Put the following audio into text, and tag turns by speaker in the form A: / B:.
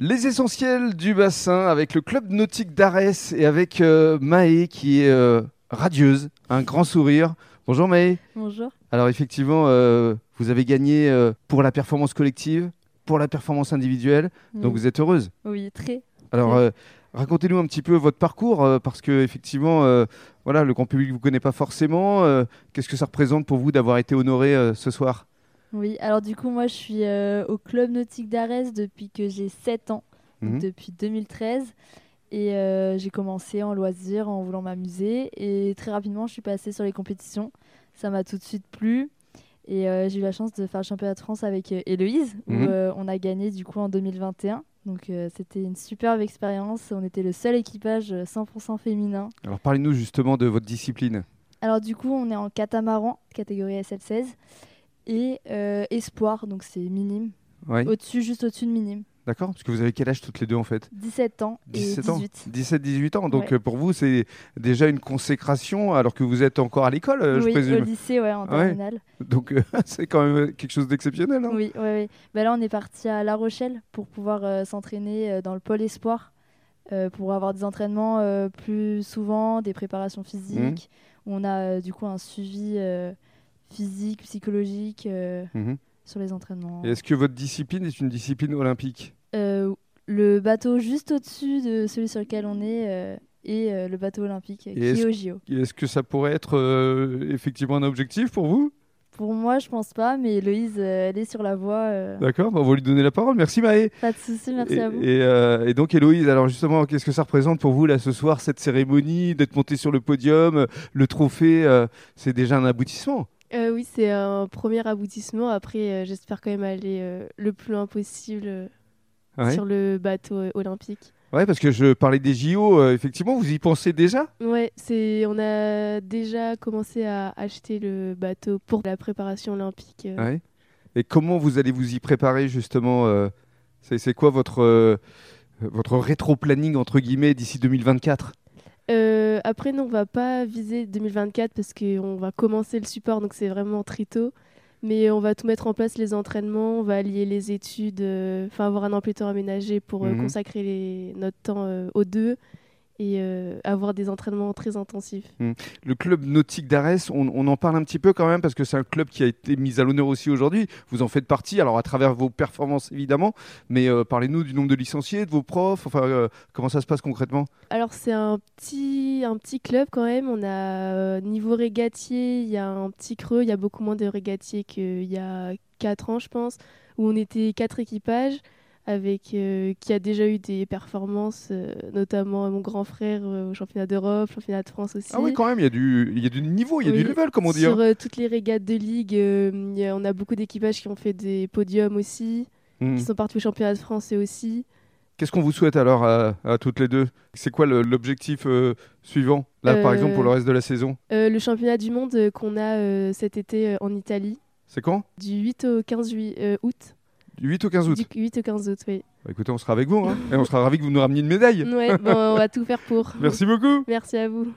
A: Les essentiels du bassin avec le club nautique d'Arès et avec euh, Maë qui est euh, radieuse, un grand sourire. Bonjour Maë.
B: Bonjour.
A: Alors effectivement, euh, vous avez gagné euh, pour la performance collective, pour la performance individuelle, donc
B: Oui.
A: vous êtes heureuse.
B: Oui, très.
A: Alors
B: Oui.
A: euh, racontez-nous un petit peu votre parcours euh, parce que effectivement, euh, voilà, le grand public vous connaît pas forcément. Euh, Qu'est-ce que ça représente pour vous d'avoir été honoré euh, ce soir
B: Oui, alors du coup, moi, je suis euh, au club nautique d'Arès depuis que j'ai 7 ans, donc
A: Mhm.
B: depuis 2013. Et euh, j'ai commencé en loisir, en voulant m'amuser. Et très rapidement, je suis passée sur les compétitions. Ça m'a tout de suite plu. Et euh, j'ai eu la chance de faire le championnat de France avec euh, Héloïse, où
A: Mhm.
B: euh, on a gagné du coup en 2021. Donc euh, c'était une superbe expérience. On était le seul équipage euh, 100% féminin.
A: Alors parlez-nous justement de votre discipline.
B: Alors du coup, on est en catamaran, catégorie SL16, et euh, espoir, donc c'est minime.
A: Oui,
B: Au-dessus, juste au-dessus de minime.
A: d'accord. Parce que vous avez quel âge toutes les deux en fait
B: 17 ans
A: 17
B: et
A: ans
B: 18.
A: 17-18 ans, donc
B: Ouais.
A: euh, pour vous c'est déjà une consécration alors que vous êtes encore à l'école, euh, je
B: oui, au
A: présume.
B: lycée, ouais, en
A: Ah ouais.
B: terminale.
A: Donc euh, c'est quand même quelque chose d'exceptionnel. hein.
B: Oui, oui, oui. Bah là, on est parti à La Rochelle pour pouvoir euh, s'entraîner euh, dans le pôle espoir, euh, pour avoir des entraînements euh, plus souvent, des préparations physiques.
A: Mhm.
B: On a euh, du coup un suivi euh, physique, psychologique euh,
A: Mhm.
B: sur les entraînements.
A: Et Est-ce que votre discipline est une discipline olympique
B: Euh, le bateau juste au-dessus de celui sur lequel on est euh, et euh, le bateau olympique euh, qui
A: est-ce
B: est au JO.
A: Et Est-ce que ça pourrait être euh, effectivement un objectif pour vous
B: Pour moi, je pense pas, mais Héloïse, euh, elle est sur la voie. euh,
A: D'accord, bah, on va lui donner la parole. Merci Maë.
B: pas de souci, merci
A: et,
B: à vous.
A: et, euh, et donc Héloïse, alors justement, qu'est-ce que ça représente pour vous là ce soir, cette cérémonie, d'être montée sur le podium, euh, le trophée, euh, c'est déjà un aboutissement
C: Euh, oui, c'est un premier aboutissement. Après, euh, j'espère quand même aller euh, le plus loin possible euh,
A: Ouais.
C: sur le bateau euh, olympique.
A: hein Ouais, parce que je parlais des JO, euh, effectivement, vous y pensez déjà
C: Ouais, c'est on a déjà commencé à acheter le bateau pour la préparation olympique. euh.
A: Ouais. Et comment vous allez vous y préparer justement euh, C'est c'est quoi votre, euh, votre rétro-planning entre guillemets d'ici 2024
C: Euh, après, non, on va pas viser 2024 parce qu'on va commencer le support, donc c'est vraiment très tôt. Mais on va tout mettre en place, les entraînements, on va allier les études, euh, enfin avoir un emploi du temps aménagé pour euh,
A: Mhm.
C: consacrer les- notre temps euh, aux deux et euh, avoir des entraînements très intensifs.
A: Le club nautique d'Arès, on, on en parle un petit peu quand même parce que c'est un club qui a été mis à l'honneur aussi aujourd'hui. Vous en faites partie, alors à travers vos performances évidemment, mais euh, parlez-nous du nombre de licenciés, de vos profs, enfin euh, comment ça se passe concrètement
C: Alors c'est un petit, un petit club quand même. On a euh, niveau régatier, il y a un petit creux, il y a beaucoup moins de régatiers qu'il y a 4 ans je pense, où on était quatre équipages avec euh, qui a déjà eu des performances, euh, notamment mon grand frère euh, au championnat d'Europe, championnat de France aussi.
A: Ah oui quand même, il y, a du- il y a du niveau, il y a du
C: Oui,
A: level comme on dit.
C: Sur
A: hein.
C: euh, toutes les régates de ligue, euh, il y a- on a beaucoup d'équipages qui ont fait des podiums aussi,
A: Hmm.
C: qui sont partis au championnat de France et aussi.
A: Qu'est-ce qu'on vous souhaite alors à, à toutes les deux C'est quoi le- l'objectif euh, suivant, là par
C: Euh,
A: exemple pour le reste de la saison
C: Euh, le championnat du monde euh, qu'on a euh, cet été euh, en Italie.
A: C'est quand
C: Du 8 au 15 juillet- euh, août.
A: Du 8 au 15 août
C: Du 8 au 15 août, oui.
A: Bah, écoutez,
C: Mm.
A: on sera avec vous, hein. et on sera ravis que vous nous rameniez une médaille.
C: Ouais, bon, on va tout faire pour.
A: Merci beaucoup.
C: Merci à vous.